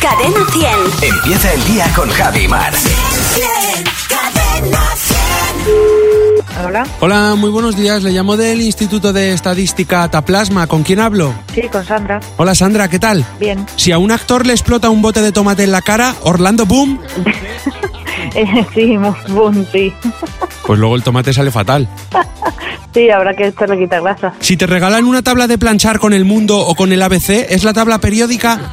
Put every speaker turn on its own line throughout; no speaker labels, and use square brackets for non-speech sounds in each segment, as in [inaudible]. Cadena 100.
Empieza el día con Javi Mar.
Cadena 100.
Hola,
Hola, muy buenos días. Le llamo del Instituto de Estadística Ataplasma. ¿Con quién hablo?
sí, con Sandra.
Hola Sandra, ¿qué tal?
Bien.
Si a un actor le explota un bote de tomate en la cara, Orlando Boom,
Eh, [laughs] sí, muy buen, sí.
pues luego el tomate sale fatal.
Sí, habrá que echarle quita grasa.
Si te regalan una tabla de planchar con el mundo o con el ABC, ¿es la tabla periódica?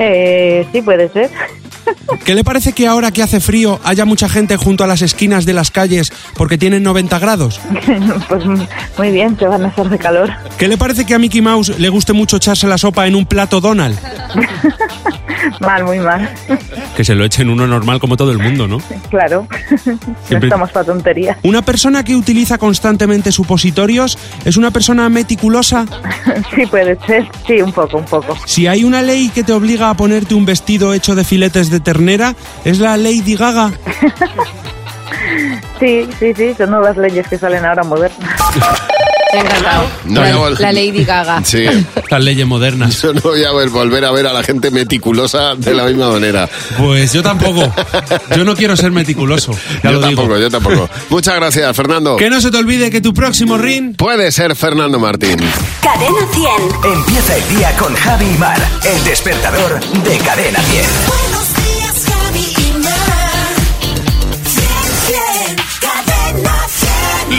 Eh, sí, puede ser. [laughs]
¿Qué le parece que ahora que hace frío haya mucha gente junto a las esquinas de las calles porque tienen 90 grados?
Pues muy bien, se van a hacer de calor.
¿Qué le parece que a Mickey Mouse le guste mucho echarse la sopa en un plato Donald?
Mal, muy mal. [laughs]
Que se lo echen uno normal como todo el mundo, ¿no?
Claro. No
Siempre-
estamos para tonterías. [laughs]
Una persona que utiliza constantemente supositorios es una persona meticulosa.
Sí, puede ser. Sí, un poco, un poco.
Si hay una ley que te obliga a ponerte un vestido hecho de filetes de ternera, es la Lady Gaga.
Sí, sí, sí, son nuevas leyes que salen ahora modernas.
Me ha encantado.
No,
la,
ya vol-
la Lady Gaga.
[laughs] Sí,
Las leyes modernas.
yo no voy a ver- volver a ver a la gente meticulosa de la misma manera.
Pues yo [laughs] tampoco. Yo no quiero ser meticuloso. Ya
yo
lo digo.
tampoco, yo tampoco. Muchas gracias, Fernando.
Que no se te olvide que tu próximo ring.
Puede ser Fernando Martín.
Cadena 100.
Empieza el día con Javi Mar. El despertador de Cadena 10.
Buenos días, Javi y Mar. Cadena 100.